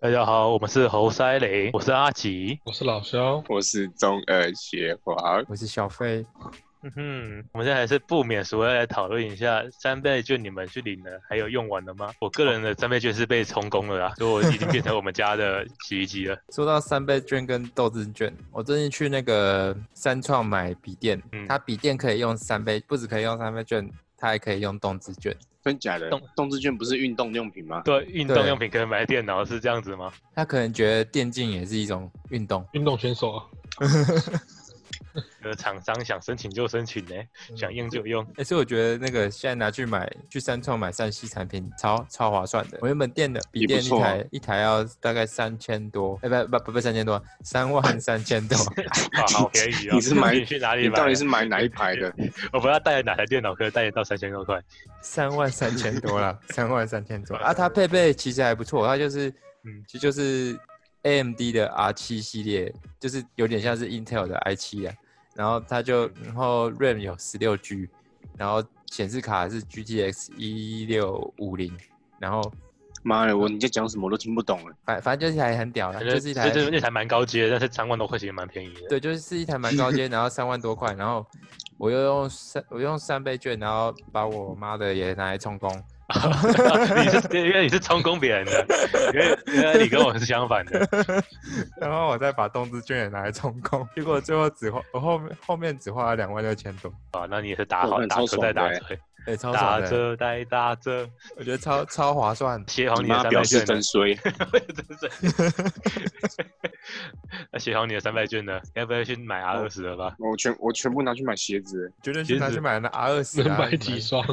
大家好，我们是猴塞雷，我是阿吉。我是老肖，我是中二邪皇，我是小飞，嗯哼，我们现在还是不免俗要来讨论一下三倍券，你们去领了，还有用完了吗？我个人的三倍券是被充公了啦，所以我已经变成我们家的洗衣机了。说到三倍券跟豆子券，我最近去那个三创买笔电，嗯它笔电可以用三倍，不只可以用三倍券，它还可以用动资券。真假的动？动资券不是运动用品吗？对，运动对用品可以买电脑是这样子吗？他可能觉得电竞也是一种运动，运动选手啊，有的厂商想申请就申请呢、想用就用。诶所以我觉得那个现在拿去买去三创买三 C 产品超超划算的。我原本电的笔也不电一错啊台、一台要大概三千多，哎、不不不不三千多，三万三千 多。哇，好便宜哦！你是买你去哪里你买？啊到底是买哪一排的？我不知道带哪台电脑可以带得到三千多块。三万三千多 啦，三万三千多啊！它配备其实还不错，它就是，嗯嗯，其实就是 AMD 的 R 七系列，就是有点像是 Intel 的 i 七啊。然后它就，然后 RAM 有十六 G，然后显示卡是 GTX 一六五零，然后妈的，我你在讲什么我都听不懂了。反反正就是一台很屌啦，就是一台这这那台蛮高阶的，但是三万多块钱也蛮便宜的。对，就是一台蛮高 阶，然后三万多块，然后我又用三我用三倍券，然后把我妈的也拿来充公， 你是原来你是充公别人的，原来原来你跟我是相反 的。然后我再把动资券也拿来充公，结果最后只花我后面后面只花了两万六千多，啊，那你也是打好哦那打超车再爽的打欸车，哎、超打爽的，车再打车，我觉得超超划算。写好你你的妈三表百示券呢 真？衰，真是。那写好你的三百券呢？该不会去买 R 二十了吧？我全我全部拿去买鞋子，绝对是拿去买那 R 二十能啊，买几双？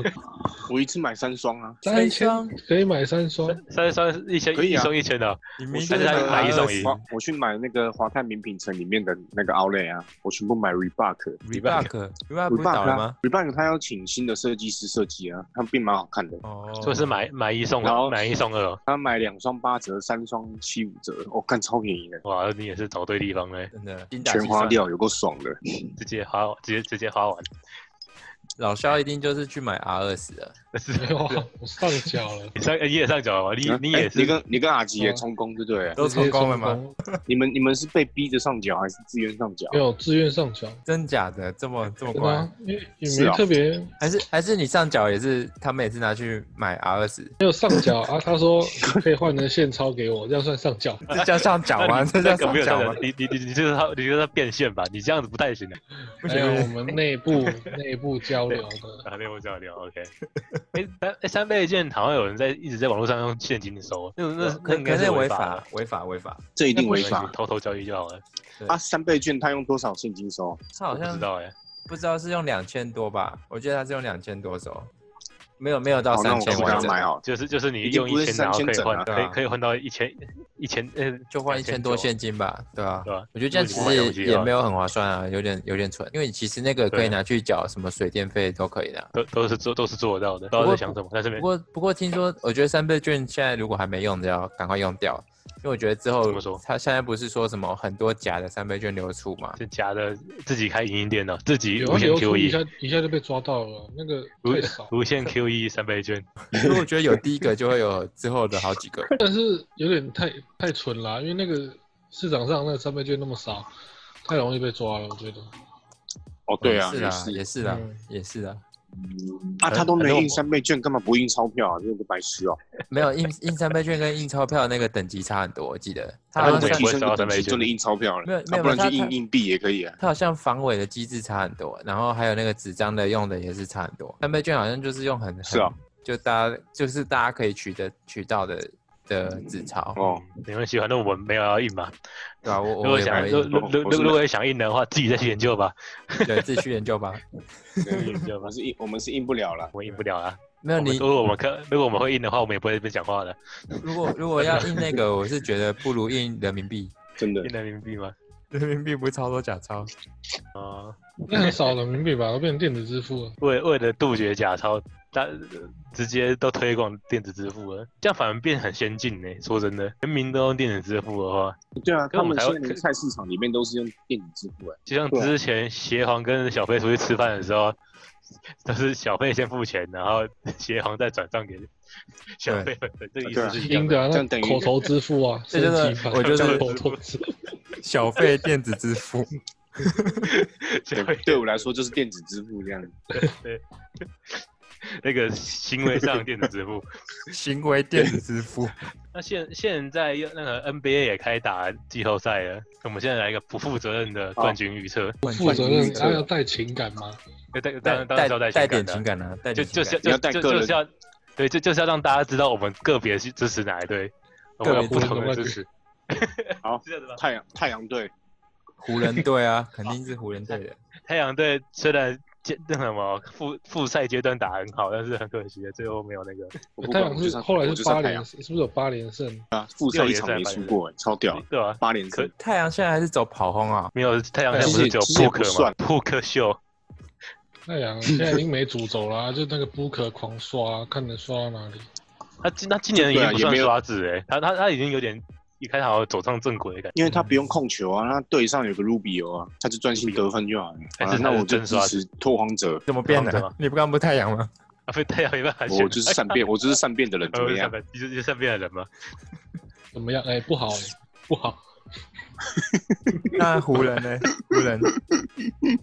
我一次买三双啊。三三双千可以买三双，三十双一千，可以一啊双一千的哦，你我明去天但是它那就个买一送一华我去买那个华泰名品城里面的那个 Outlet 啊，我全部买 Reebok。 Reebok Reebok 不 Reebok 是倒了啊吗？ ，Reebok 它要请新的设计师设计啊，它并蛮好看的。哦，就是买买一送然后买一送二哦。他买两双八折，三双七五折，我、哦、看超便宜的，哇，你也是找对地方嘞，真的精打细全花算。掉，有够爽的。直接花直接直接花 完。老肖一定就是去买 R 二十了，没有啊，我上脚 了，你上你也上脚了吗？哦你你也哎是你跟你跟阿吉也哦充公，对不对了？ 都充公了直吗？接充公？你们你们是被逼着上脚还是自愿上脚？没有，自愿上脚，真假的这么这么对乖吧？？因为也是没啊特别，还是还是你上脚也是，他们也是拿去买 R 二十，没有上脚啊。他说你可以换成现钞给我，这样算上脚。这叫上脚那吗？你这那叫个上没有脚上吗脚？你你你你就是他，你就是他变现吧？你这样子不太行的。 啊不还行啊有不哎我行，们内 部内部交流的，啊，没有交流，OK。哎、 三哎三倍券好像有人在一直在网络上用现金收，那种那那可应可该是违违法的，违法违法。这一定违没关法系。偷偷交易就好了。啊！三倍券他用多少现金收？哦他好我不像知道哎、不知道是用两千多吧？我记得他是用两千多手，没有没有到好，哦那三我千去完给完他整买好了。就是就是你已经用不一是千，然后可以3000换，整可了以对啊可以换到一千一千呃，就换一千多现金吧，对吧、对吧？啊我觉得这样如其果你买游实戏也的话没有很划算啊，有点有点蠢，因为你其实那个可对以啊拿去缴什么水电费都可以的啊。都都是做都是做得到的，不知道在想什么，但是没不过不过听说，我觉得三倍券现在如果还没用的，要赶快用掉，因为我觉得之后怎么说他现在不是说什么很多假的三倍券流出 嘛？是假的，自己开影音店的，哦自己有无啊限流出 QE E 一下一下就被抓到了，那个无太少。无限 QE 三倍券，所以我觉得有第一个就会有之后的好几个。但是有点太太蠢啦，因为那个市场上那个三倍券那么少，太容易被抓了，我觉得。哦，对啊，是也啊，是也是啦嗯，也是啦。啊，他都反正没我印三倍券，干嘛不印钞票啊？这个白痴哦！没有印印三倍券跟印钞票那个等级差很多，我记得他啊他好像们对像提我也知升的道三等倍级券就能印钞票没有了，没有啊不然他去他嗯印硬币也可以啊。他好像防伪的机制差很多，然后还有那个纸张的用的也是差很多。三倍券好像就是用很是啊，很就大家就是大家可以取得取到的的纸钞，哦，你们喜欢的我们没有要印嘛？对吧、我嗯如我果也想会如如如我是如果想印的话，自己再去研究吧，对自己去研究吧。自己对研究我吧们，是印，我们是印不了了。我印不了啊。没有 我们你如果我们看，如果我们会印的话，我们也不会这边讲话的。如果如果要印那个，我是觉得不如印人民币，真的印。人民币吗？人民币不是超多假钞，啊、 那很少人民币吧，都变成电子支付了。为为了杜绝假钞，大直接都推广电子支付了，这样反而变很先进呢、说真的，人民都用电子支付的话，对啊，跟我他们们台现湾在连菜市场里面都是用电子支付哎。就像对啊之前邪皇跟小飞出去吃饭的时候，都是小费先付钱，然后 协行再转账给小费本人，这个意对思啊是一样赢的。的啊，这样等那于口头支付 啊，这真的升级版我觉得叫这口头支付。小费电子支付，小费欸对我来说就是电子支付这样。那个行为上电子支付。行为电子支付，那现现在又那个 NBA 也开打季后赛了，我们现在来一个不负责任的冠军预哦测，负责任，他冠军要带情感吗？那当当带然当然带是要带带点情情感的感啊，带啊，就点情就是感你就要带就个就人是要，对，就就是要让大家知道我们个别是支持哪一队，我们个有不别同支持的哪支队持。好是这样子吧？太阳太阳队，湖人队 啊，肯定是湖人队的。太阳队虽然阶那什么复复赛阶段打得很好，但是很可惜最后没有那个。我不太管阳我就是上后来我就是啊上八太连，阳是不是有八连胜？啊，复赛六一连场胜没反输正过，欸超屌， 对啊，八连胜可。太阳现在还是走跑轰啊，没有太阳对现在不是只其有实也扑克其实也不嘛算？扑克秀，太阳现在已经没主轴啦、就那个 Booker 狂刷，啊看能刷到哪里。他今他今年已对经啊不也算没有刷子哎、他他他已经有点一开始好像走上正轨的感觉。因为他不用控球啊，他队上有个 Rubio 啊，他就专心得分就好了。还好是了还那是我就真支刷持拓荒者，怎么变好怎的么？你不刚不是太阳吗？ 啊，被太阳没办法选我就是 善变，我就是善变的人，怎呃，么善样？变，就是就是善变的人嘛。怎么样？哎、不好、欸，不好。 那湖人呢？湖 人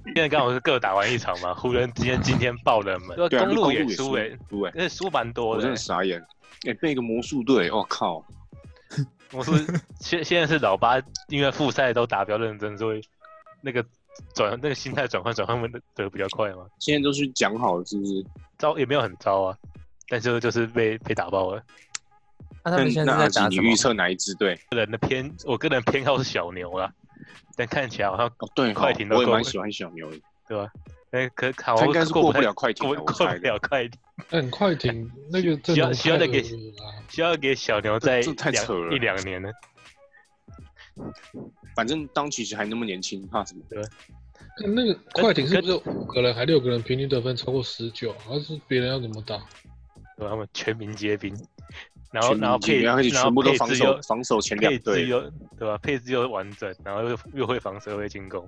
现在刚好是各打完一场嘛，湖人今天今天爆冷门，对啊，公路也也输输哎、哎，输哎，而且输蛮多我的、真的欸。傻眼。哎，被一个魔术队，我靠！我是 现现在是老八，因为复赛都打比较认真，所以那个转那个心态转换转换的得比较快嘛。现在都是讲好，是不是？糟也没有很糟啊，但是就是被被打爆了。那他那们现那在阿是在吉你打，什么预？测哪一支队？个人的偏，我个人偏好是小牛啦，但看起来好像哦，对哦，快艇的我也够蛮了喜欢小牛的，对吧？哎，可好他像应该是过过不不太了快艇过的，我过猜不的。了快艇，但快艇那个阵需要容需要再太给恶劣了啊需要给小牛再这太两扯了一两年呢。反正当其实还那么年轻，怕什么？那个快艇是不是有五个人还六个人平均得分超过十九？要是别人要怎么打？对吧？他们全民皆 兵，然后全然后民皆配兵而且然后全部都配防置守又防守前两配置队，又对吧？配置又完整，然后又又会防守又会进攻，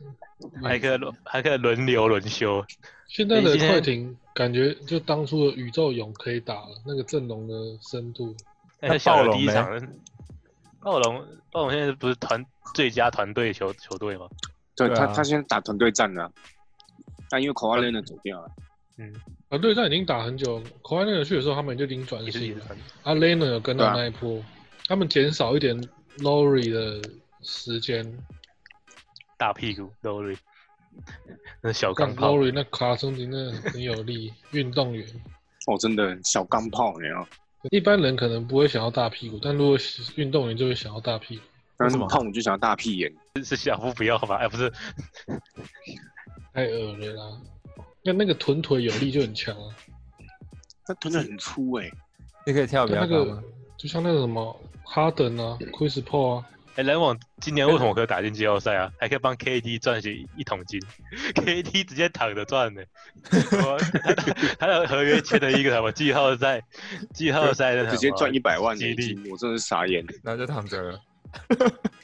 嗯还可以轮还可以轮流轮休。现在的快艇感觉就当初的宇宙勇可以打了，那个阵容的深度。但是那小牛暴龙哎第一呢场，暴龙暴龙现在不是团最佳团队球球队吗？对对他啊他现在打团队战了，但因为口 a 勒 n 走掉了，啊，对，但已经打很久了。口外那个去的时候，他们就已经转也是系也是了。团啊 l e n a 有跟对到啊那一波，他们减少一点 Lori 的时间，大屁股 Lowry，那小钢但炮 Lori 那卡松迪那很有力，运动员。哦，真的小钢炮，你知道吗？一般人可能不会想要大屁股，但如果是运动员就会想要大屁股。为但什是么胖我就想要大屁眼，是小夫不要吧？哎，不是，太恶了啦。那那个臀腿有力就很强啊，他臀的很粗哎，你可以跳比但那较高吗个？就像那个什么哈登啊、Chris Paul 啊，哎，篮网今年为什么可以打进季后赛啊？ 还可以帮 KD 赚起一桶金，KD 直接躺着赚呢。 我他他的合约签了一个什么季后赛，季后赛啊的直接赚一一百万激美励金，我真的是傻眼。然后就躺着了。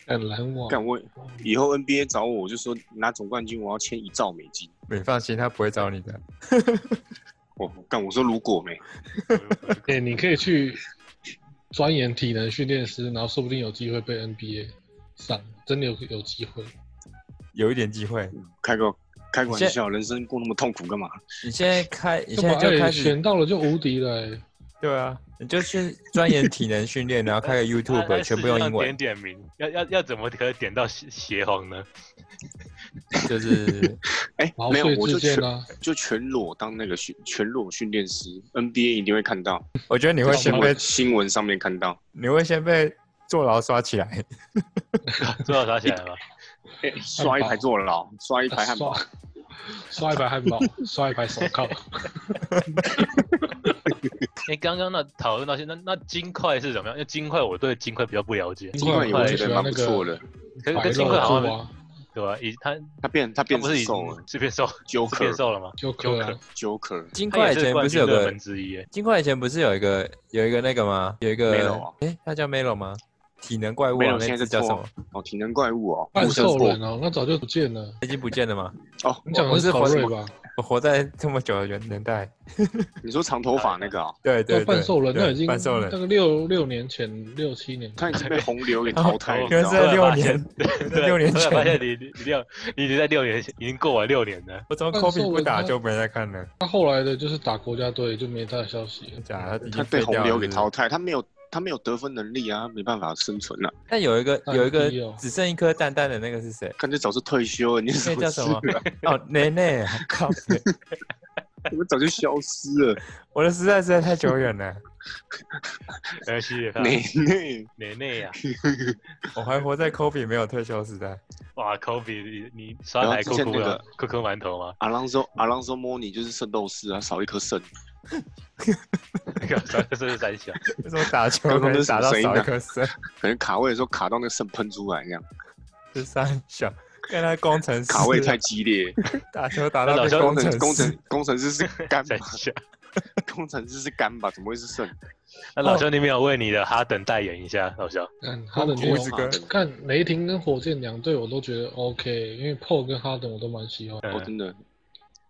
很篮网。干我以后 NBA 找我，我就说拿总冠军我要签一兆美金，你放心，他不会找你的。我哦干我说如果没，哎、你可以去钻研体能训练师，然后说不定有机会被 NBA 上，真的有有机会。有一点机会。开个开个你玩现笑，人生过那么痛苦干嘛？你现在开，你就现在把就开始，哎选到了就无敌了、欸。对啊，你就去钻研体能训练，然后 开个 YouTube，全部用英点文，点名，要要要怎么可以点到邪邪皇呢？就是哎哦毛，没有遂，我自就荐全啊，就全裸当那个训全裸训练师，NBA 一定会看 到， 我觉得你会先新被闻新闻上面看到。你会先被坐牢刷起来，最后打起来吗？哎刷一排坐牢，刷一排汉堡刷，刷一排汉堡，刷一排手铐。哎，刚刚那讨论到现在，那金块是怎么样？因为金块我对金块比较不了解，金尽管块也我我也觉喜得欢蛮那不个错的。可白是肉金块好柱像啊，对吧？以他他变他他变不是已瘦了经是变瘦，是变，Joker 瘦了吗？就可啊， Joker 金他块也以前是冠不是军有热个门之一耶。金块以前不是有一个有一个那个吗？有一个 Melo 啊诶，他叫 Melo 吗？体能怪物没啊有，那现在只是叫什错么？哦，体能怪物哦，半不是兽错人哦，那早就不见了。已经不见了吗？哦，你讲我的是考怀疑瑞吧？我活在这么久的年年代，你说长头发那个啊，对对那哦对，半兽人对那已经半兽那人，个六六年前六七年前，他已经被洪流给淘汰了，你原知来啊是道吗对发在六现啊年， 对，六年后来前发现你你六你已经在六年前已经过完六年了，我从半 Kobe 兽不人啊他打就没人在看了，他后来的就是打国家队就没他的消息了。假的他已他经被废洪掉流了给是不是淘汰，他没有他没有得分能力啊，没办法生存啊。但有一个蛋有一个逼哦只剩一颗蛋蛋的那个是谁？看这早就退休了，你那什个叫事什么啊？？ 哦，奶奶啊，靠！你们早就消失了，我的时代实在太久远了，没关系，看内内奶奶呀，我还活在 Kobe 没有退休时代。哇，Kobe，你你刷然后台之酷前酷那的个酷酷馒头吗？ 阿朗索阿朗索莫尼就是圣斗士啊，少一颗肾，那个这是三 小，为什么打球刚可刚以那是什打么到声音少一啊颗肾？可能卡位的时候卡到那个肾喷出来那样，是三小，看他工程师卡位太啊激烈，打球打到那老变乡工工程程工师程，工程师是 肝吧三？小。工程师是肝吧？怎么会是肾？那老兄，你没有为你的哈登代言一下，老兄？看哈登胡没有子哥看雷霆跟火箭两队我都觉得 OK，因为 PO 跟哈登我都蛮喜嗯欢。哦，真的。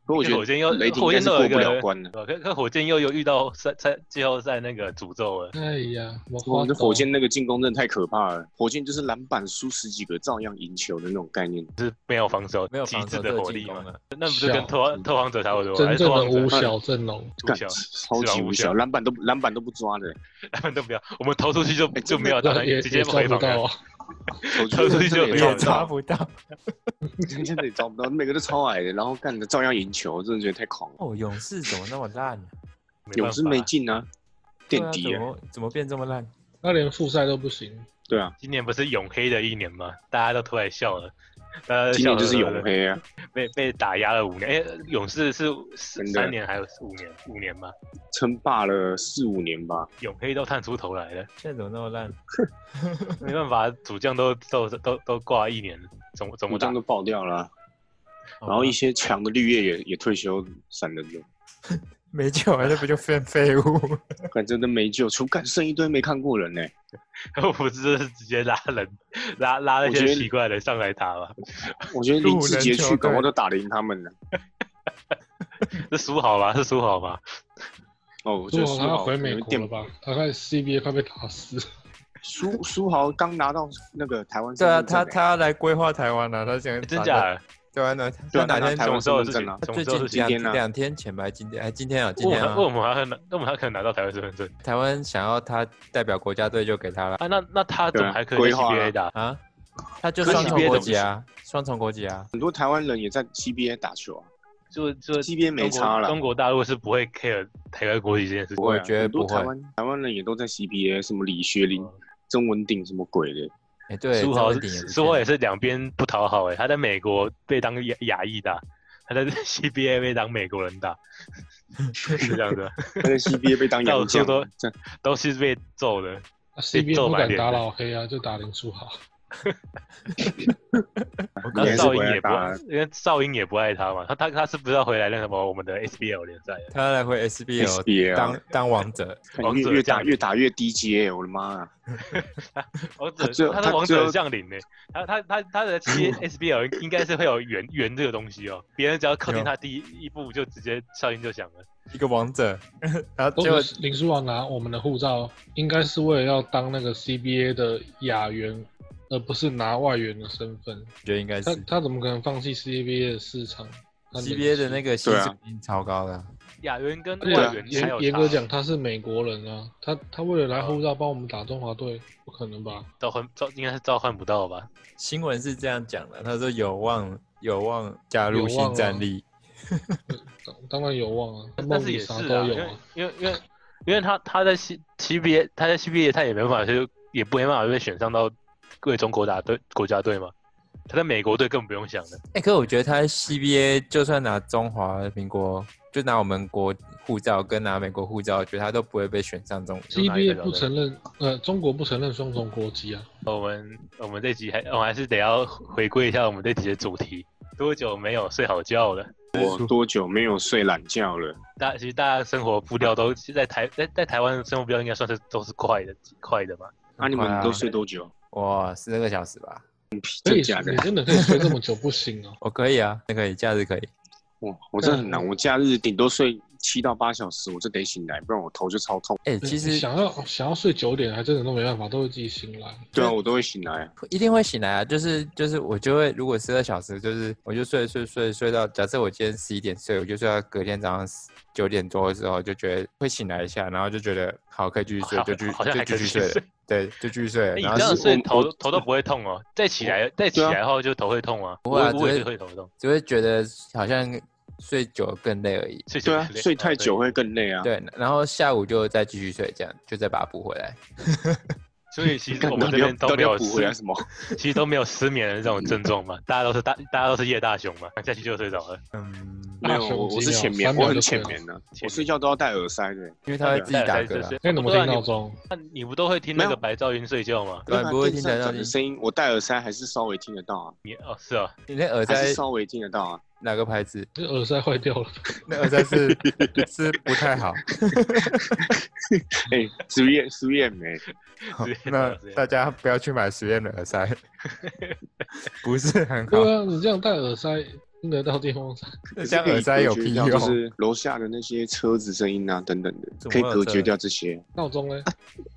不过我觉火箭又得雷霆火应箭该是都过有一不个了关的。可可火箭又又遇到赛赛季后赛那个诅咒了，哎呀，我我花们的火箭那个进攻真的太可怕了，火箭就是篮板输十几个照样赢球的那种概念。就是没有防守，没有极防致守的就火是进力攻嘛。了。那不就跟小拓拓荒者差不多吗？还是真正拓的荒者五小阵容，不干小，超是吧级无无效效，篮板都篮板都不抓 的，他们都不要，我们投出去就哎就没有打那算也直接也抓回不防到了。啊。投出去就你没啊有也人抓抓不到真的也抓不到，每个都超矮的，然后干的照样赢球，真的觉得太狂了。 哦！勇士怎么那么烂？啊勇士没进，进啊，对 垫啊，底怎啊，么怎么变这么烂？他连复赛都不行，对啊，今年不是永黑的一年吗？大家都突然笑了。呃，今年就是永笑了黑啊，被被打压了五年，哎，勇士是是真的三年还有五年五年吗？称霸了四五年吧，永黑都探出头来了， 现在怎么那么烂？没办法，主将都都都都挂一年，怎么怎么五打 张？都爆掉了啊，哦好然后吧一些强的绿叶也也退休闪人了，没救了，这不就变废 物？干真的没救，除干剩一堆没看过人呢、不是直接拉人，拉拉那我觉些得奇怪的人上来打吧。我觉得林志杰去，搞不好都打得赢他们了。是输好吗？是输好吗？哦，我觉如果得苏他要豪回可美能国了垫吧？他看 CBA 快被打死。啊苏苏豪刚拿到那个台湾身对啊，份证他欸，他要来规划台湾了，他想真把假他的？对啊，那对他啊，哪他拿天台湾身份证啊，什最么时候近是今两天啊两天前吧，今天哎，今天啊，今为天什啊，么为什么还能？那我们还可能拿到台湾身份证台湾想要他代表国家队就给他了啊？那那他怎么还可以对在啊规划啊 CBA 打？啊，他就可是双重 CBA 国怎么籍啊，双重国籍啊，很多台湾人也在 CBA 打球啊就就，CBA 没中国差了，中国大陆是不会 care 台湾国籍这件事情不。会我觉啊，得很多不会台湾台湾人也都在 CBA，什么李学林、嗯曾文鼎什么鬼的，哎，对，苏张豪文鼎也不苏豪见也是两边不讨好哎、他在美国被当亚亚裔打，他在 CBA 被当美国人 打，是这样的，他在 CBA 被当洋将 到处都，这都是被揍的。啊 CBA 揍不白敢脸打的老黑啊，就打林书豪。我然后感也是少觉英回来也不打，因为少英也不爱他嘛，他他他是不是要回来那个什么我们的 SBL 联赛了？他要来回 SBL SBL 啊当当王者，看王越者越降打临越打越低阶，我的妈啊！王他最者，后他他是王最者后降临呢、他他他他的 C S B L 应该是会有圆圆这个东西哦，别人只要靠近他第一一步就直接哨音就响了。一个王者， 然后如结果果林书豪拿我们的护照，应该是为了要当那个 CBA 的亚援，而不是拿外援的身份。觉得应该是他他怎么可能放弃 CBA 的市场 CBA 的那个，个薪对水啊已经超高了啊，亚元跟而且外援才有严差严格讲，他是美国人啊，他他为了来护照帮我们打中华队，不可能吧？召唤召应该是召唤不到 吧？新闻是这样讲的，他说有望有望加入有望啊新战力，当当然有望啊，但梦是里也啥是都啊，因有为啊。因为因为因为他他在 C C B A 他在 C B A 他也没办法就也不没办法被选上到为中国打队国家队嘛，他在美国队更不用想了。哎、可我觉得他 CBA 就算拿中华民国，就拿我们国护照跟拿美国护照，我觉得他都不会被选上中。有哪一个 CBA 了不解承认，呃，中国不承认双重国籍啊。我们我们这集还我们还是得要回归一下我们这集的主题，多久没有睡好觉了？我多久没有睡懒觉了？大其实大家生活步调都在台在在台湾的生活步调应该算是都是快的快的嘛，啊，你们都快啊睡多久？哇，十二个小时吧？。可以真假的你？真的可以睡这么久不行哦我可以啊，那可以，假日可以。哇，我真的很难，我假日顶多睡七到八小时，我就得醒来，不然我头就超痛。哎、 其你实想要想要睡九点，还真的都没办法，都会自己醒来。对啊，我都会醒来。一定会醒来啊，就是就是我就会，如果十二小时，就是我就睡睡睡睡到，假设我今天十一点睡，我就睡到隔天早上九点多的时候，就觉得会醒来一下，然后就觉得好可以继续睡，好就继续好像还就继续可以继续睡了睡，哎对，就继续睡了。你然这后样是睡我头我头都不会痛哦，再起来再起对啊来后就头会痛吗？不会啊我我也只是会会头痛，只会觉得好像睡久了更累而已。睡对啊，睡太久会更累啊。，对，然后下午就再继续睡，这样就再把它补回来。所以其实看我我们们这要边到都底没要有补回来失，什么？其实都没有失眠的这种症状嘛，大家都是大大家都是夜大雄嘛，下去就睡着了。嗯， 没有，我我是浅眠，三秒我就睡很浅了眠的，浅我眠睡觉都要戴耳塞的。因为它会自己打对嗝、啊。那你怎么对定啊闹钟？那你不都会听那没个有白噪音睡觉吗？对啊，你不会听起来电到扇你的声音，我戴耳塞还是稍微听得到啊，你哦是哦，你那耳还塞是稍微听得到啊。哪个牌子？这耳塞坏掉了，那耳塞是 是不太好。哎，职业职业没，哦那大家不要去买实验的 耳塞，不是很好。对啊，你这样戴耳塞听得到电风扇，可那是像可以耳塞有隔绝屁掉用？就是楼下的那些车子声音啊等等的，怎么可以会有隔车绝掉这些。闹钟呢？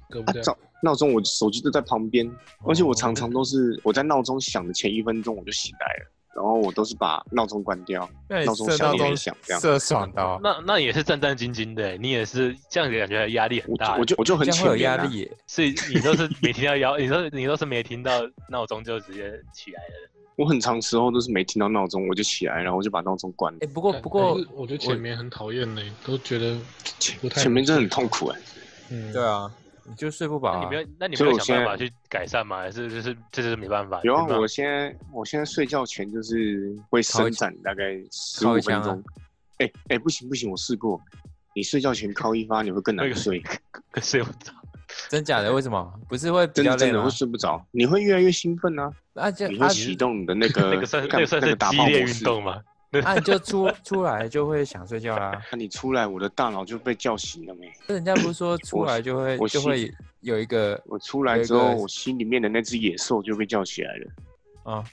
隔不啊，掉。早闹钟我手机都在旁边，而且我常常都是我在闹钟响的前一分钟我就醒来了，然后我都是把闹钟关掉，那你闹钟设响闹也没钟响这样设爽的、哦，那那也是战战兢兢的，欸你也是这样感觉压力很我就大我，就我就这很样会浅有眠压啊力。耶。所以你都是没听到摇，你都你都是没听到闹钟就直接起来了。我很长时候都是没听到闹钟我就起来，然后我就把闹钟关了哎、。不过但不过可是，我觉得前面很讨厌呢，都觉得前不太前面真的很痛苦哎、嗯，对啊，你就睡不饱、那你啊没。有那你所没以有我想办现在法去改善吗？还是就是这就是没办法？有啊没，办法我现在我现在睡觉前就是会伸展大概十靠五一枪分啊钟。哎哎、不行不行，我试过，你睡觉前靠一发你会更难睡，睡呃不着，真假的？为什么？不是会比真较的累真的吗会？睡不着，你会越来越兴奋啊，啊就你啊会启动你的那个那个算干那个算那是个打激爆烈运模式。动吗？ 啊你就 出出来就会想睡觉啦、那你出来，我的大脑就被叫醒了没？人家不是说出我来就会我就信会有一个我出来之有后，一个我心里面的那只野兽就被叫起来 了，啊，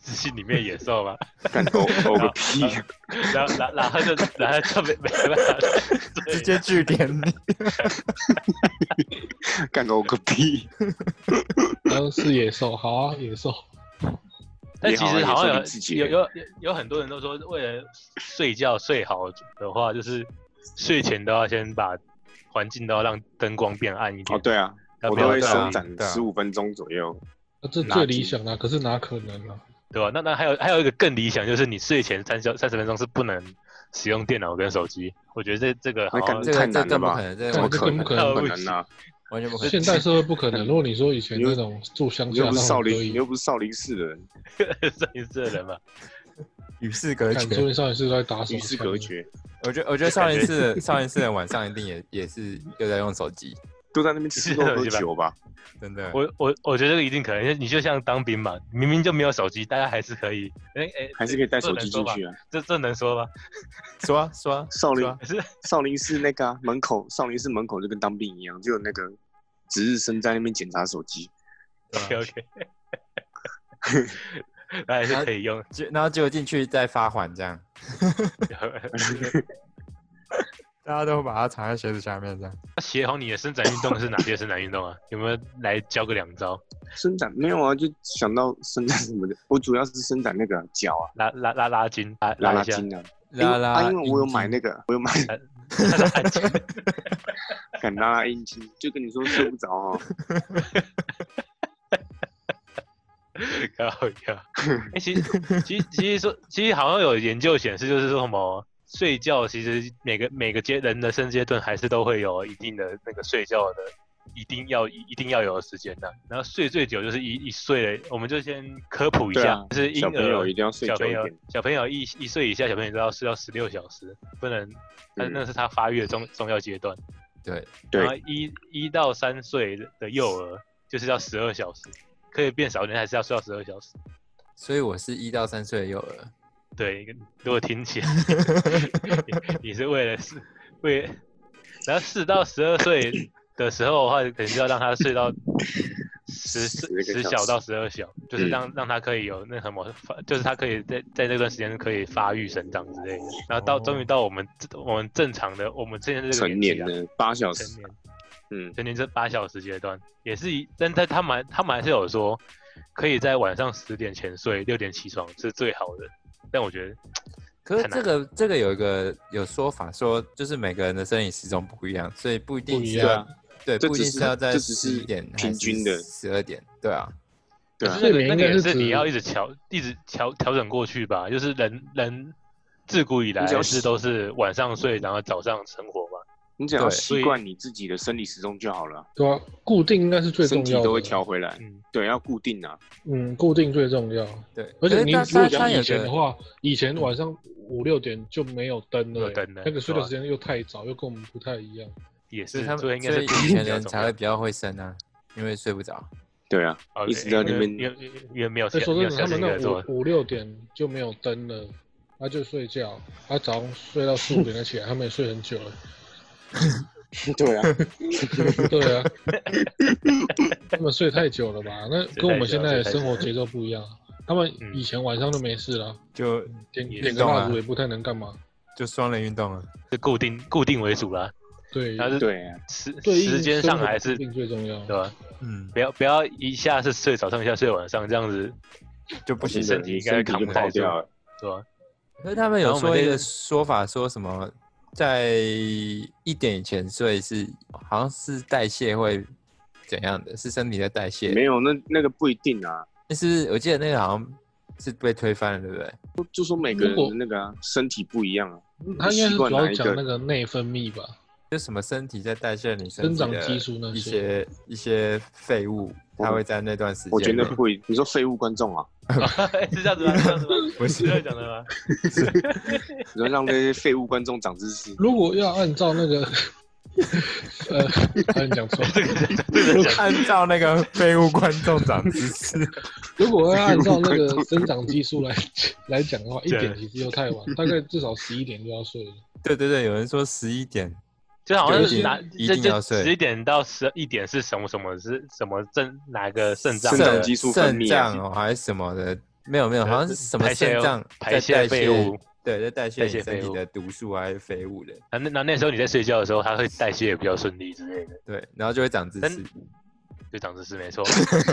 自信里面野兽吗？ 干呕呕个屁！然后然后然后就然后就没没办法 睡，直接 据点你。干呕个屁！然后呃是野兽，好啊，野兽。但其实也好好啊也说像明自己有有有有很多人都说，为了睡觉睡好的话，就是睡前都要先把环境都要让灯光变暗一点。哦，对啊，要我不都要会对啊伸展对啊十五分钟左右。那呃这哪最集理想的、可是哪可能啊？对吧？那那还有还有一个更理想，就是你睡前三小三十分钟是不能使用电脑跟手机。我觉得这这个好像那感这太个难这了更不吧可能，这啊对怎么个完这全根本不可能？不可能不能啊！完全不可能。现代社会不可能。如果你说以前你又那种住乡你下又那不是少种可林，你以又，不是少林寺的人， 摄影师的人嘛，与世隔看桌面上也是在打手与世隔枪绝，我觉得，我觉得少林寺的少林寺的晚上一定也也是又在用手机，都在那边吃肉喝 酒吧？啊真的。我我我觉得这个一定可能。因为你就像当兵嘛，明明就没有手机，大家还是可以，哎哎，还是可以带手机进去啊？这这能说吗？说啊说啊，少林说啊可是少林寺那个啊，门口少林寺门口就跟当兵一样，就有那个值日生在那边检查手机。啊 OK OK，那 还是可以用。就然后结果进去再发还这样，大家都把它藏在鞋子下面这样。那协同你的伸展运动是哪些伸展运动啊？有没有来教个两招？伸展没 有啊，就想到伸展什么的， 我主要是伸展那个脚啊，拉拉拉拉筋，拉拉拉一下，筋啊。拉因为拉啊，阴茎，因为我有买那个，我有买拉 拉筋。敢拉拉阴茎，就跟你说睡不着哦。 搞笑。 哎、其实其实其实说，其实好像有研究显示，就是说什么睡觉，其实每个每个阶人的生阶段还是都会有一定的那个睡觉的，一定要一一定要有的时间的、然后睡最久就是一一岁了，我们就先科普一对下，啊就是婴小朋友儿一定要睡小久朋一友点。小朋友一一岁以下小朋友都要睡到十六小时，不能，他嗯那是他发育的重重要阶段。对，然对后一一到三岁的幼儿就是要十二小时，可以变少一点，还是要睡到十二小时。所以我是一到三岁的幼儿，对，如果听 起来你是为了是为，然后四到十二岁的时候的话，肯定是要让它睡到十十十个十小小时到十二小，就是嗯让、让它可以有那什么发，就是它可以在在这段时间可以发育生长之类的。然后到、哦终于到我们这我们正常的我们现在这个成年纪啊了八小时成，年嗯，成年这八小时阶段也是一，但他他们还他们还是有说可以在晚上十点前睡，六点起床是最好的。但我觉得可是太难这个这个有一个有说法说，就是每个人的生理时钟不一样，所以不一定不一是样要对，这不一只定是要在这只是十一点平均的十二点，对啊，对可啊是，那睡个眠那应个该也是是你指要一直调，一直调调整过去吧。就是人人自古以来你只要是习都是晚上睡，然后早上生活嘛。你只要对所以习惯你自己的生理时钟就好了，对啊，固定应该是最重要身体的，都会调回来。嗯，对，要固定啊，嗯，固定最重要。对。而且可你是如但果但它讲以有前的个，话，以前晚上五六点就没有灯没了有欸，灯了那个睡对的吧时间又太早，又跟我们不太一样。也所是以他，们所以应该所是以固以定前比较人重才要会比较会生啊，因为睡不着。对啊，哦一对直在那因为边因为因为因为没有哎，小说没真有的，小他们心可那做种，五五六点就没有灯了，他就睡觉，他早上睡到四五点才起来，他们也睡很久了。对啊，对啊，他们睡太久了吧？那跟我们现在的生活节奏不一样啊。他们嗯以前晚上都没事了，就点也点是个啊蜡烛也不太能干嘛。就双人运动啊，是固定固定为主啦。对，但是对啊，时对应时间生上活还固是定最重要。对吧？嗯，不要不要一下是睡早上，一下睡晚上，这样子就 不我行是。真身的体你应该身体扛就不太爆住掉了。对吧？ 可是他们然有后我们说一这个说法，说什么在一点以前睡是好像是代谢会怎样的，是身体的代谢。没有，那那个不一定啊，但是我记得那个好像是被推翻了，对不对？就说每个人如的果那个啊身体不一样啊，他应该是习主惯哪要一讲那个？个内分泌吧？就什么身体在代谢你身生体长的激素那一些，，些一些废物，它会在那段时间内。我觉得不一，你说废物观众啊，是这样子吗？是这样子吗？不是这样是，讲的吗？你说让那些废物观众长知识如果要按照那个，呃，差点讲错。按照那个废物观众长知识， 如果要按照那个生长激素来来讲的话，一点其实又太晚，大概至少十一点就要睡了。对对对，有人说十一点，就好像九是点哪一这定这要睡十点到十一点是什么什么是什么症哪个肾脏呃肾的脏激素分肾泌啊脏哦还是什么的，没有没有，好像是什么排泄肾脏排泄在代哦废物。对，在代谢代你谢身废体物的毒素啊还是废物的，然后那然后那时候你在睡觉的时候，它会代谢也比较顺利之类的，对，然后就会长哦知但识。就长知识没 错。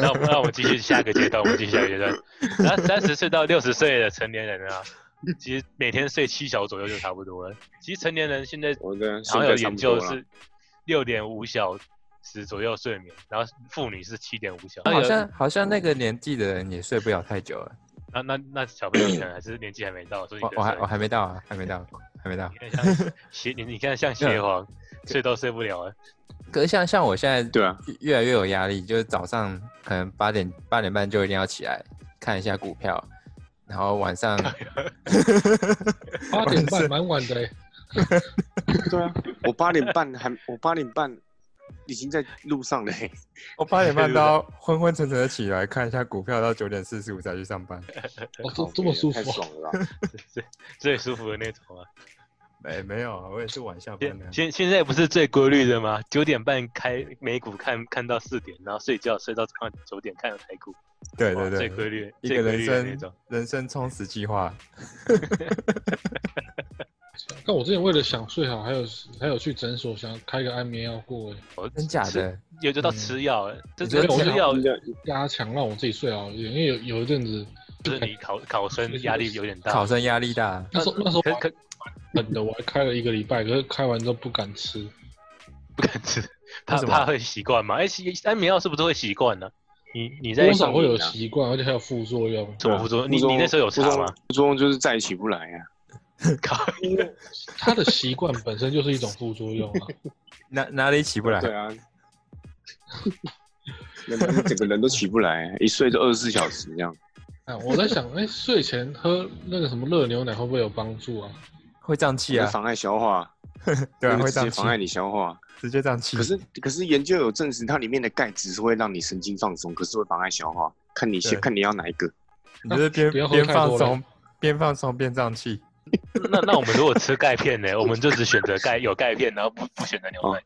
那我们那我们继续下一个阶段，我们继续下一个阶段。然后三十岁到六十岁的成年人啊，其实每天睡七小左右就差不多了。其实成年人现在我的好像现有在差研不究多了。是六点五小时左右睡眠，然后妇女是七点五小时。好像好像那个年纪的人也睡不了太久了，那那那小朋友可能还是年纪还没到，所以你我可我能还睡我还没到啊，还没到，还没到你。看像邪，你你看像邪皇，睡都睡不了了。可是像像我现在对 啊，越越来越有压力，就是早上可能八点八点半就一定要起来看一下股票，然后 晚上八点半蛮晚的、欸，对啊，我八点半还我八点半已经在路上嘞、我哦八点半都要昏昏沉沉的起来看一下股票，到九点四十五才去上班。哦，好这这么舒服太啊、爽了啦！最最舒服的那种啊！没没有啊，我也是晚下班的现。现现在不是最规律的吗？九点半开美股看看到四点，然后睡觉睡到早上九点看到台股，对哇对最对，规律一个最规人律的那种生。人生充实计划，但我之前为了想睡好，还有还有去诊所想开个安眠药过、欸，我真假吃的？有就到吃药了，这嗯你觉得这吃药应该加强让我自己睡好一点，因为有有一阵子就是你考考生压力有点大。考生压力大，那时候那时候可可冷的，我还开了一个礼拜，可是开完之后不敢吃，不敢吃，怕为什么怕会习惯嘛？哎，习安眠药是不是会习惯呢？你你在多什少会有上瘾啊习惯，而且还有副作用。啊么副作用？你副作你用那时候有副查作用 吗？副作用就是再也起不来啊。靠，他的习惯本身就是一种副作用啊。哪哪里起不来？对啊，那那整个人都起不来，啊一睡就二十四小时这样。啊，我在想，哎、睡前喝那个什么热牛奶会不会有帮助啊？会胀气会啊，妨碍消化，对啊，那个会直胀接气妨，碍你消化。直接胀气可。是可是研究有证实，它里面的钙质是会让你神经放松，可是会妨碍消化。看你对先看你要哪一个，你 就是边不要喝边太多放松了边放松边胀气。哦那那我们如果吃钙片呢？我们就只选择钙有钙片，然后不不选择牛奶。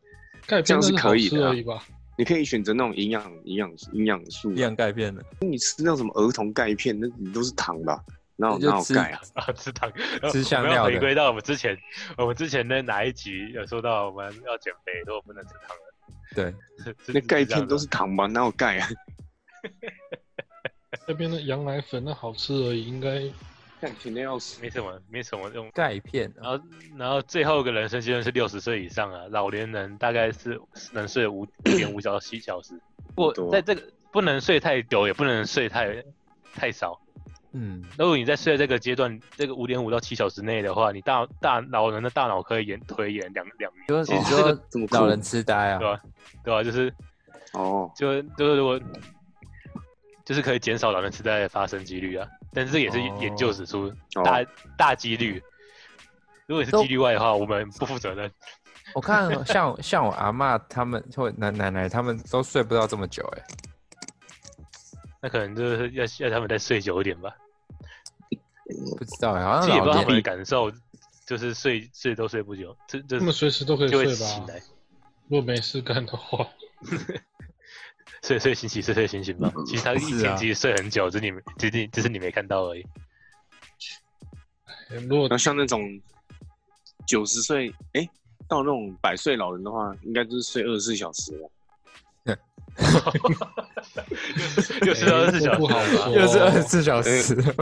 钙这片样那是可以好吃的啊而已吧？你可以选择那种营养营养营养素啊，营养钙片的，你吃那种什么儿童钙片，那你都是糖吧？哪有那就哪有吃钙啊？啊，吃糖，吃香我们要料的回归到我们之前，我们之前的哪一集有说到我们要减肥，说我不能吃糖了。对，是那是钙这样片都子是糖吧？哪有钙啊？那边的羊奶粉那好吃而已，应该钙甜的要死。没什么没什么用。钙片啊然后然后最后一个人生阶段是六十岁以上啊，老年人大概是能睡五点五小时七小时，不多在这个不能睡太久，也不能睡太太少。嗯，如果你在睡这个阶段，这个五点五到七小时内的话，你大大老人的大脑可以延推延两两年，就是其你实这个说这么酷老人痴呆啊对，吧、对吧、就是哦，就就是如果就是可以减少老人痴呆的发生几率啊，但是这也是哦研究指出、哦大大几率。如果是都几率外的话，我们不负责任。我 看像像我阿嬷他们或奶奶奶他们都睡不到这么久哎、那可能就是要要他们再睡久一点吧。不知道哎、好其实像也不知老道他们的年感受，就是睡睡都睡不久，这这他们随时都可以就会睡起吧？来，如果没事干的话，睡睡醒醒，睡睡醒醒吧。其实他一是啊天其实睡很久，只是你没只是你只是你没看到而已。哎如果那像那种九十岁，哎、到那种百岁老人的话，应该就是睡二十四小时了。 又是二十四哎小不好时了吧说又是二十四小时，呃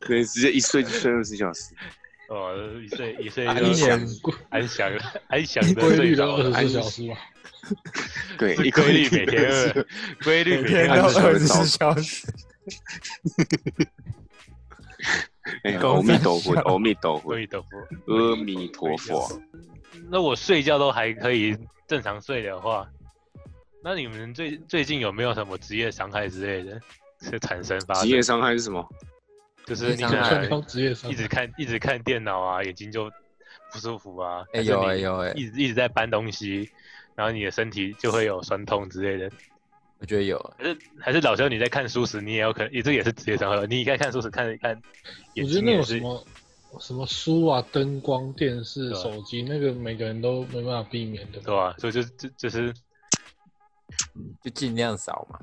对，直接一睡就睡二十四小时，哦，一睡一睡安就啊一年安 详安详的 啊规睡律的着二十了，四小时吧，对，一是个规律一个每天是二，规律每每天天都二二十四小二十时四小时，哎，狗阿弥陀佛，在笑阿弥陀佛所，以都不阿弥陀佛，那我睡觉都还可以正常睡的话，那你们最最近有没有什么职业伤害之类的是产生发职生？业伤害是什么？就是你 可职业算伤能到职业上一。直看一直看电脑啊，眼睛就不舒服啊。哎还是有你哎有哎一直一直在搬东西，然后你的身体就会有酸痛之类的。我觉得有，还是还是老兄你在看书时，你也有可能，也这也是职业伤害。你在看书时看一看，眼我觉得睛那也种什是。么什么书啊、灯光、电视、对啊手机，那个每个人都没办法避免的。对吧、啊所以就就就是就尽量少嘛。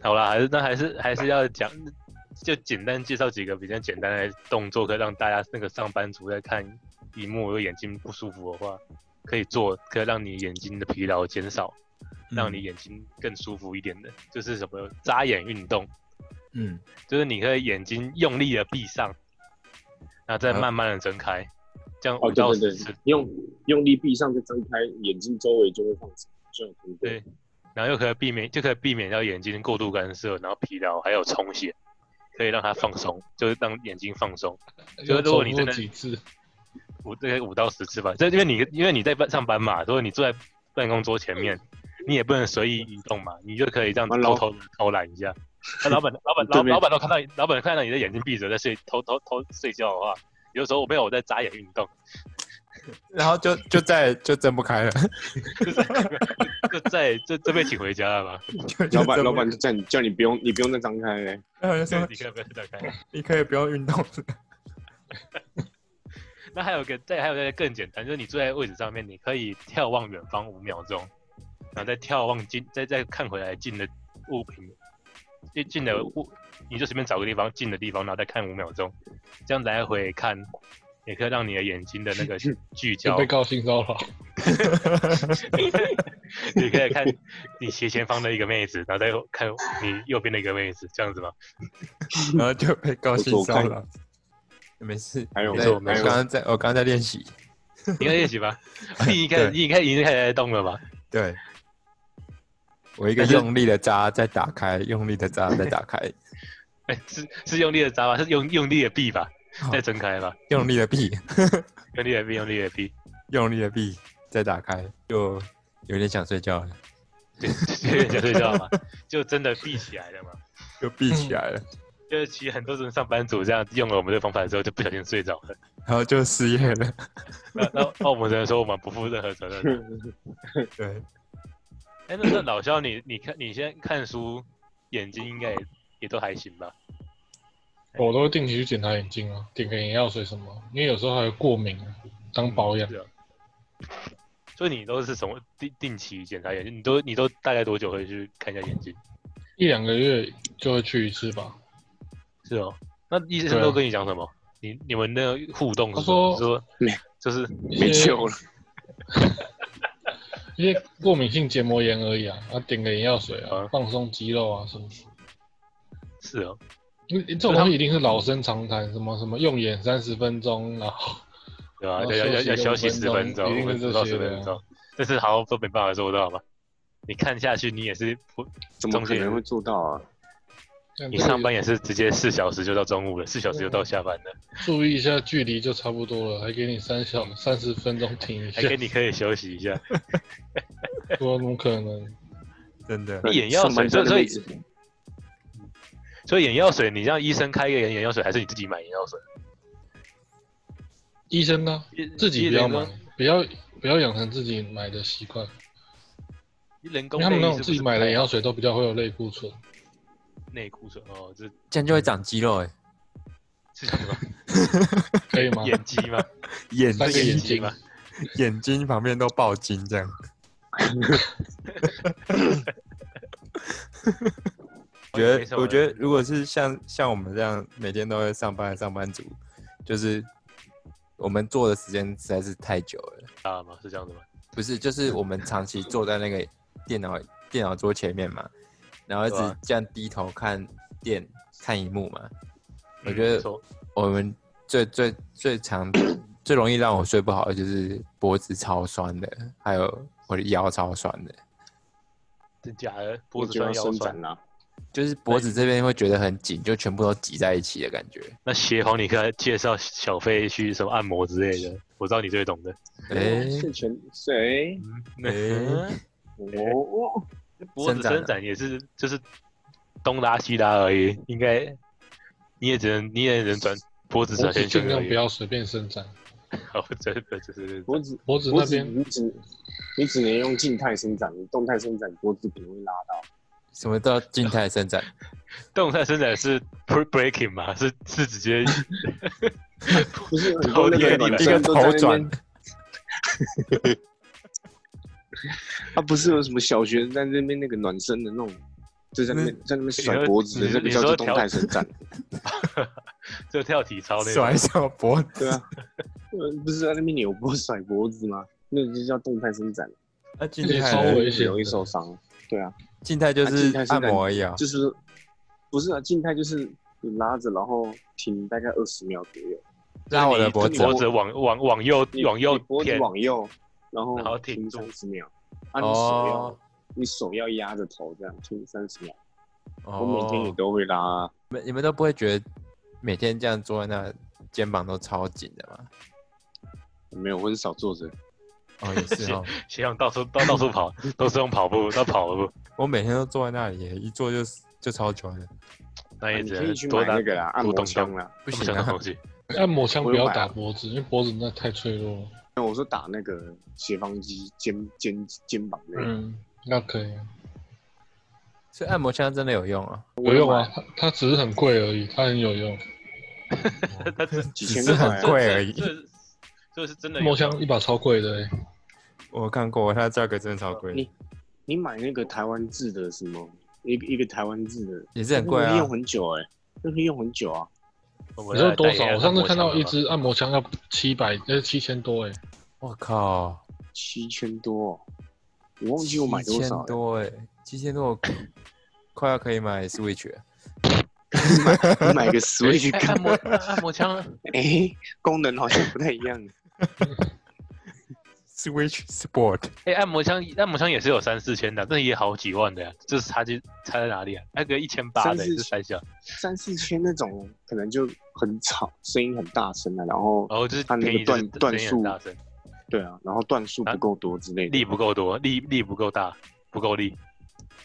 好啦，还是那还是还是要讲，就简单介绍几个比较简单的动作，可以让大家那个上班族在看荧幕，如果眼睛不舒服的话，可以做，可以让你眼睛的疲劳减少，嗯让你眼睛更舒服一点的，就是什么眨眼运动，嗯，就是你可以眼睛用力的闭上，然后再啊慢慢的睁开，这样哦，五对到对十对次，，用用力闭上就睁开，眼睛周围就会放松，就有通过对然后又可以避免就可以避免掉眼睛过度干涉，然后疲劳还有充血，可以让它放松，就是让眼睛放松。就是如果你重真复的几次，五大概五到十次吧。这因为你因为你在班上班嘛，如果你坐在办公桌前面，你也不能随意移动嘛，你就可以这样啊偷老偷地偷懒一 下。那老板老板对老面老板都看到你，老板看到你的眼睛闭着在睡偷偷偷睡觉的话，有时候我没有我在眨眼运动，然后就就再就睁不开了。就在就就被请回家了 吧？就老板老板就叫你叫你不用你不用再张 开嘞，然后就对说你可以不要再开。你可以不用运动， 那还有个再还有个更简单，就是你坐在位置上面，你可以眺望远方五秒钟，然后再眺望近，再再看回来近的物品，就近的物，你就随便找个地方近的地方，然后再看五秒钟，这样来回看，也可以让你的眼睛的 那个聚就焦被，告性骚扰。你可以看你斜前方的一个妹子，然后再看你右边的一个妹子，这样子吗？然后就被高兴我骚看扰。没事，还有对没我错没错刚刚在我刚刚在练习。你看练习吧， 你应该对你应该已经开始在动了吧？ 对，我一个但是用力的扎，再打开，用力的扎，再打开，哎，是是用力的眨吧，是用用力的闭吧，再睁开吧，用力的闭， 用力的闭，用力的闭。用力的闭，再打开，就有点想睡觉了， 对，就就睡觉嘛， 就真的闭起来了嘛。就闭起来了，就是其实很多人上班族这样用了我们的方法之后，就不小心睡着了。然后就失业了。 那那那我们只能说我们不负任何责任。对，哎、那那老肖，你你看你现在看书，眼睛应该也也都还行吧？哎我都会定期去检查眼睛嗯啊，点个眼药水什么，因为有时候还会过敏啊，当保养是。啊。所以你都是什么定定期检查眼睛？你都你都大概多久会去看一下眼睛？一两个月就会去一次吧。是哦，那医生对啊都跟你讲什么？你你们那个互动是他什么说你说没就是一没些救了，一些过敏性结膜炎而已啊，啊点个眼药水啊啊，放松肌肉啊什么。是哦，因为这种东西一定是老生常谈，什么什么用眼三十分钟，然后对吧？然后要要要要休休息息十15分钟，一定是不这到些十的啊分钟，但是好像都没办法做到吧？你看下去，你也是不，怎么可能会做到啊？像你这个上班也是直接四小时就到中午了，四小时就啊到下班了，注意一下距离就差不多了，还给你三小三十分钟停一下还，给你可以休息一下。我怎么可能？真的那眼药水上班在那所以边一直所以眼药水，你让医生开一个眼眼药水，还是你自己买眼药水？医生呢、一自己不要一买人，不要不要养成自己买的习惯，工人因工为他们那种内衣是不自是己买的不太眼药水都比较会有类固醇。内裤水哦，这这样就会长肌肉哎，是什么？可 以吗？眼肌 吗？眼三个眼眼睛睛吗， 眼睛旁边都爆筋这样。哦我觉没什得，么我觉得如果是像像我们这样每天都会上班的上班族，就是我们坐的时间实在是太久了。大吗？是这样子吗？不是，就是我们长期坐在那个电脑 电脑桌前面嘛，然后一对啊直这样低头看电看荧幕嘛。我嗯觉没得错我们最最最常最容易让我睡不好的就是脖子超酸的，还有我的腰超酸的，真假的，脖我子就要酸腰伸酸展。啊啦，就是脖子这边会觉得很紧，就全部都挤在一起的感觉。那协皇，你可以介绍小飞去什么按摩之类的，我知道你最懂的。哎是全谁？哎，哦， 脖子伸伸展展也是就是东拉西拉而已，应该你也只能你也啊能转脖子脖转子圈尽圈而量不已。要随便伸展，好，真的就是脖子脖子脖那子边你只你只能用静态伸展，你动态伸展脖子可能会 拉到。什么都要静态伸 展，动态伸展是 pre- breaking 吗？是是直 接不是很多那个头女转一个生都在头那转边，啊，不是有什么小学在那边那个暖身的那种，就在那边在那边甩脖子的，你说那个你叫说做调动态伸展。就跳体操那甩种。手脖子。 对啊，呃，不是在那边扭脖甩脖子吗？ 那个就叫动态伸展，那静这也态超呢危险容易受伤。对啊，静态就啊是静态伸按展摩而已啊。就是不是啊，静态就是你拉着，然后停大概二十秒左右，拉我的你脖子啊脖子往往往右你往右你脖子偏，往右，然后然后停停住三十秒。啊，你手要哦你手要压着头这样停三十秒。我每天也哦，都会拉，啊你们你们都不会觉得每天这样坐在那肩膀都超紧的吗？没有，我很少坐着。啊哦，也 是哦，斜阳到处到到处 跑，都是用跑步，到跑步，我每天都坐在那里耶，一坐就是就超久的，那也啊你只可能以去哎多买打那个啦，多按摩动枪动啦。不不行想的啊东，西。 按摩枪我不有要买啊打脖子，因为脖子那太脆弱了。那我说打那个斜方肌肩肩肩膀那个，嗯，那可以啊，所以按摩枪真的有用啊，有用啊，它它只是很贵而已，它很有用。他只几只千是块很啊贵而已。这这是真的按有摩枪一把超贵的、欸， 我看过，它价格真的超贵你的，你买那个台湾制的什么一个一个台湾制的，也是很贵那个啊用。很久哎、那个用很久啊，我们你说来多代少？言我上次看到按摩一枪支按摩枪要七百，呃，七千多哎、我靠，七千多、哦，我忘记我买多七少千了、多哎，七千多，我快要可以买 Switch 了。你买个 Switch 哎干按 嘛？摩按摩枪，哎、功能好像不太一样。 Switch Sport 哎，按摩枪按摩枪也是有三四千的，啊那也好几万的呀，这是差距差在哪里啊？那个一千八的三也四是三小，三四千那种可能就很吵，声音很大声啊，然后然后哦就是它那个便宜就是段段声音数很大声，对啊，然后段数不够多之类的，力不够多，力力不够大，不够力，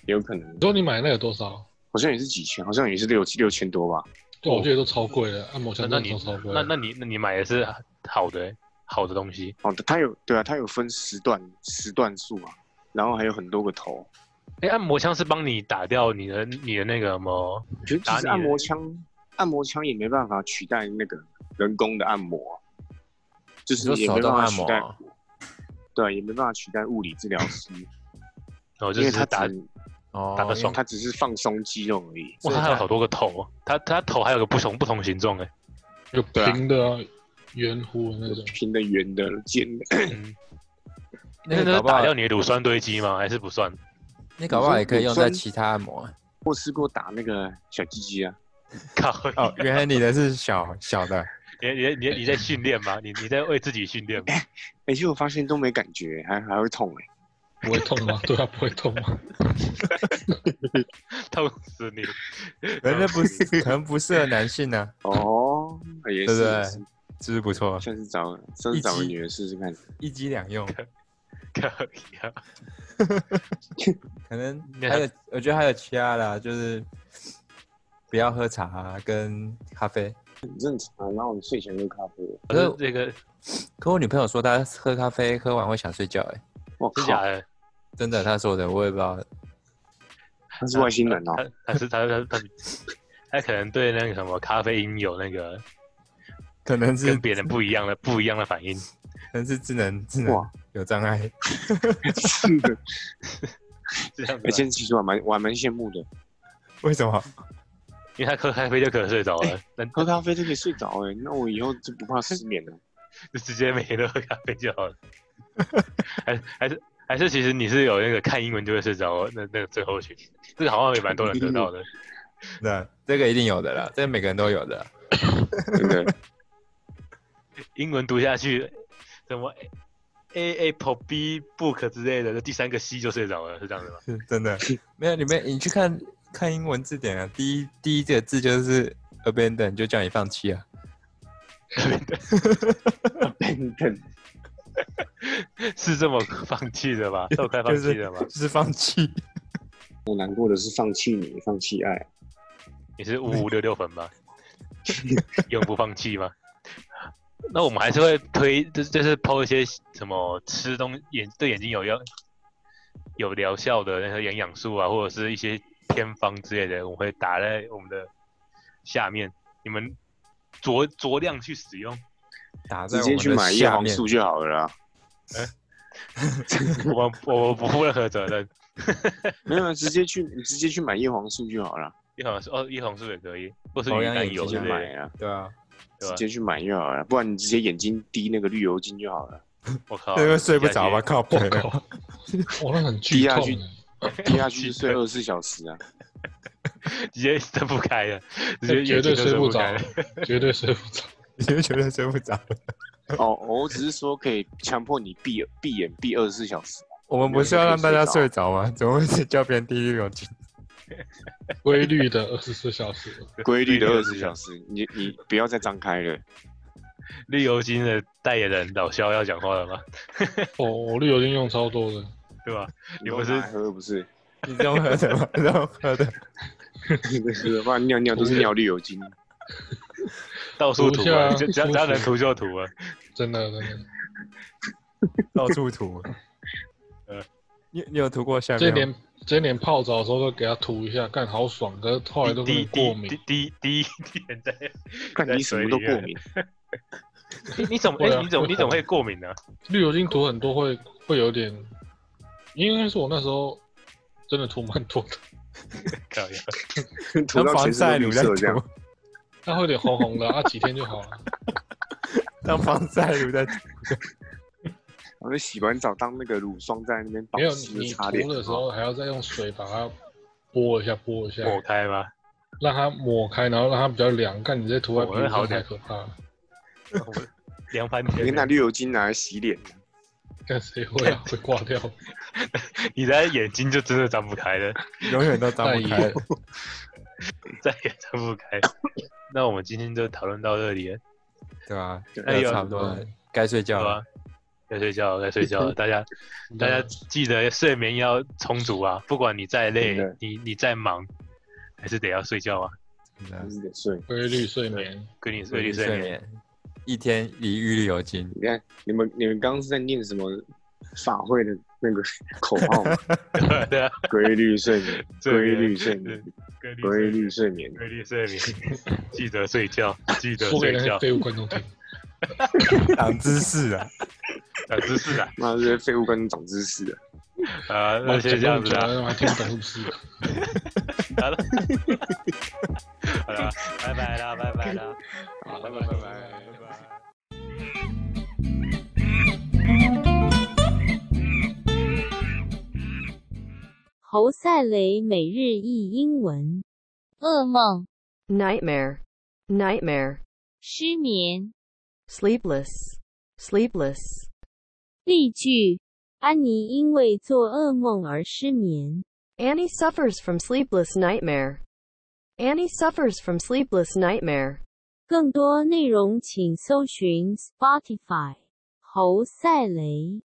也有可能你。说你买那个多少？好像也是几千，好像也是六七六千多吧。对，我觉得都超贵的，按摩枪那真你的都超贵的。啊那那你那你买的是好的欸好的东西，哦，它有对啊，它有分时段时段数啊，然后还有很多个头。哎，按摩枪是帮你打掉你的你的那个什么，我觉得其实按摩枪，按摩枪也没办法取代那个人工的按摩啊、就你是说也手没动办法按取摩代。啊对，也没办法取代物理治疗师，然后就因为是他打只哦，打个因为爽他只是放松肌肉而已。哇，所以他还他有好多个头哦，他他头还有个不同不同形 状哎，有对啊平的啊、圆弧的那种，平的、圆的、尖的， 嗯，那那个个搞不好打掉你的乳酸堆积吗？还是不算？ 那搞不好也可以用在你说其他按摩啊。我试过打那个小鸡鸡啊，靠，哦，原来你的是小小的，你你你你在训练吗？你你在为自己训练吗？ 哎、其实我发现都没感觉，还还会痛哎、不会痛吗？对啊，不会痛吗？痛死你！可能那不是可能不适合男性呢、啊，哦，也是，对不对也是是不是不错？下次找下次找个女人试试看。一机两用，靠啊呀可能那还有，我觉得还有其他的啊、就是不要喝茶、啊、跟咖啡。很正常，然后哦我睡前喝咖啡。可是这个可我女朋友说她喝咖啡喝完会想睡觉、欸，我是假靠，的，真的，她说的，我也不知道。他是外星人哦、他他是他他他他可能对那个什么咖啡因有那个可能是跟别人不一样的不一样的反应。可能是智能智能哇 有障碍， 是的，这样子啊而吧，且其实我还蛮我还蛮羡慕的，为什么？因为他喝咖啡就可能睡着了，那喝咖啡就可以睡着哎、那我以后就不怕失眠 了。就直接每天都喝咖啡就好了。还还是还是其实你是有那个看英文就会睡着哦那那个症候群，这个好像也蛮多人得到的。那啊这个一定有的啦，这个每个人都有的啦。真的，英文读下去，什么 A Apple B Book 之类的，那第三个 C 就睡着了，是这样子 吗？是真的，没有你们，你去看看英文字典啊，第一第一个字就是 abandon，就叫你放弃啊。真 的，是这么放弃的 吧？这么快放弃的吗？就是放弃。我难过的是放弃你，放弃爱。你是五五六六粉 吗？永不放弃吗？那我们还是会推，就是就是抛一些什么吃东眼对眼睛有要有疗效的那些营养素啊，或者是一些偏方之类的，我会打在我们的下面，你们酌酌量去使用。 打在直我接们去的买叶下黄面。素就好了啦。 我我我不负任何责任。没有，啊直接去 你直接去买叶黄素就好了，叶黄素哦，叶黄素也可以，或是保鱼养肝也油直直之接类买的。啊，对啊，对直吧接去买就好了，不然你直接眼睛滴那个绿油精就好 了，我靠， 因为睡不着吧？吧？靠我 北啊，靠，哇，那很剧痛低下去欸。滴下去就睡二十四小时啊。直接睁不开了，直接绝眼睛对都睡不不着开了。，绝对睡不着。你就觉得睡不 着。哦，我只是说可以强迫你闭闭眼闭二十四小时，啊 我们不是要让大家睡着吗？怎么会是叫别人第一种进？规律的二十四小时，规律的二十四小时，你你不要再张开了。绿油精的代言人老肖要讲话了吗？哦，我绿油精用超多的，对吧？你都不是拿来喝不是？ 你这种喝的吗？这种喝的， 不然尿尿都是尿绿油精。到处涂涂一下啊，啊只只要只舒服要能涂就涂啊。真的真的。到处吐。 呃，你你有涂过下这面吗？连这连泡澡的时候都给它涂一下，干好爽，可是后来都滴跟滴过滴敏。滴滴滴人在，看你什么都过敏， 你你怎么会啊哎你怎么会你怎么红会过敏呢？绿油精涂很多会会有点，应该是我那时候真的涂蛮多的，靠呀涂当到防全身晒都乳绿在色这样涂。， 它会有点红红的，啊几天就好了。当防晒乳在涂。我就洗完澡当那个乳霜在那边保没有湿你擦脸涂。啊的时候还要再用水把它拨一下拨一下，抹开吗？让它抹开，然后让它比较凉。干你这涂哦在皮那肤好上点太可怕了，我凉翻你可以天拿了，绿油精拿来洗脸，干谁会啊？会挂掉。你的眼睛就真的张不开了。永远都张不再开也。再也张不开。那我们今天就讨论到这里了， 对啊，对那哎呦差不多了，该啊睡觉好了吧。？啊该睡觉了，该睡觉 了，大家 大家记得睡眠要充足啊！不管你再累真的，你你再忙，还是得要睡觉啊。真的还是得睡。规律睡眠，规定规律睡眠，眠，一天一日有精。你看，你们你们刚刚是在念什么法会的那个 口号吗？ 对啊，规律睡眠，规律睡对眠，规律规睡眠律睡眠。规律睡眠，记得 睡觉，记得说给睡那些觉。废物观众听。长知识啊！长知识啊！妈这些废物跟你长知识啊，啊， 那先这样子啊，讲我还听不懂是不 是？好了，好了， 拜拜啦，拜拜啦，好拜拜拜拜拜拜拜。侯赛雷每日一英文，噩梦、 Nightmare. Nightmare. 失眠。 Sleepless. Sleepless. 例句：安妮因为做噩梦而失眠。 Annie suffers from sleepless nightmare. Annie suffers from sleepless nightmare. 更多内容请搜寻 Spotify 侯赛雷。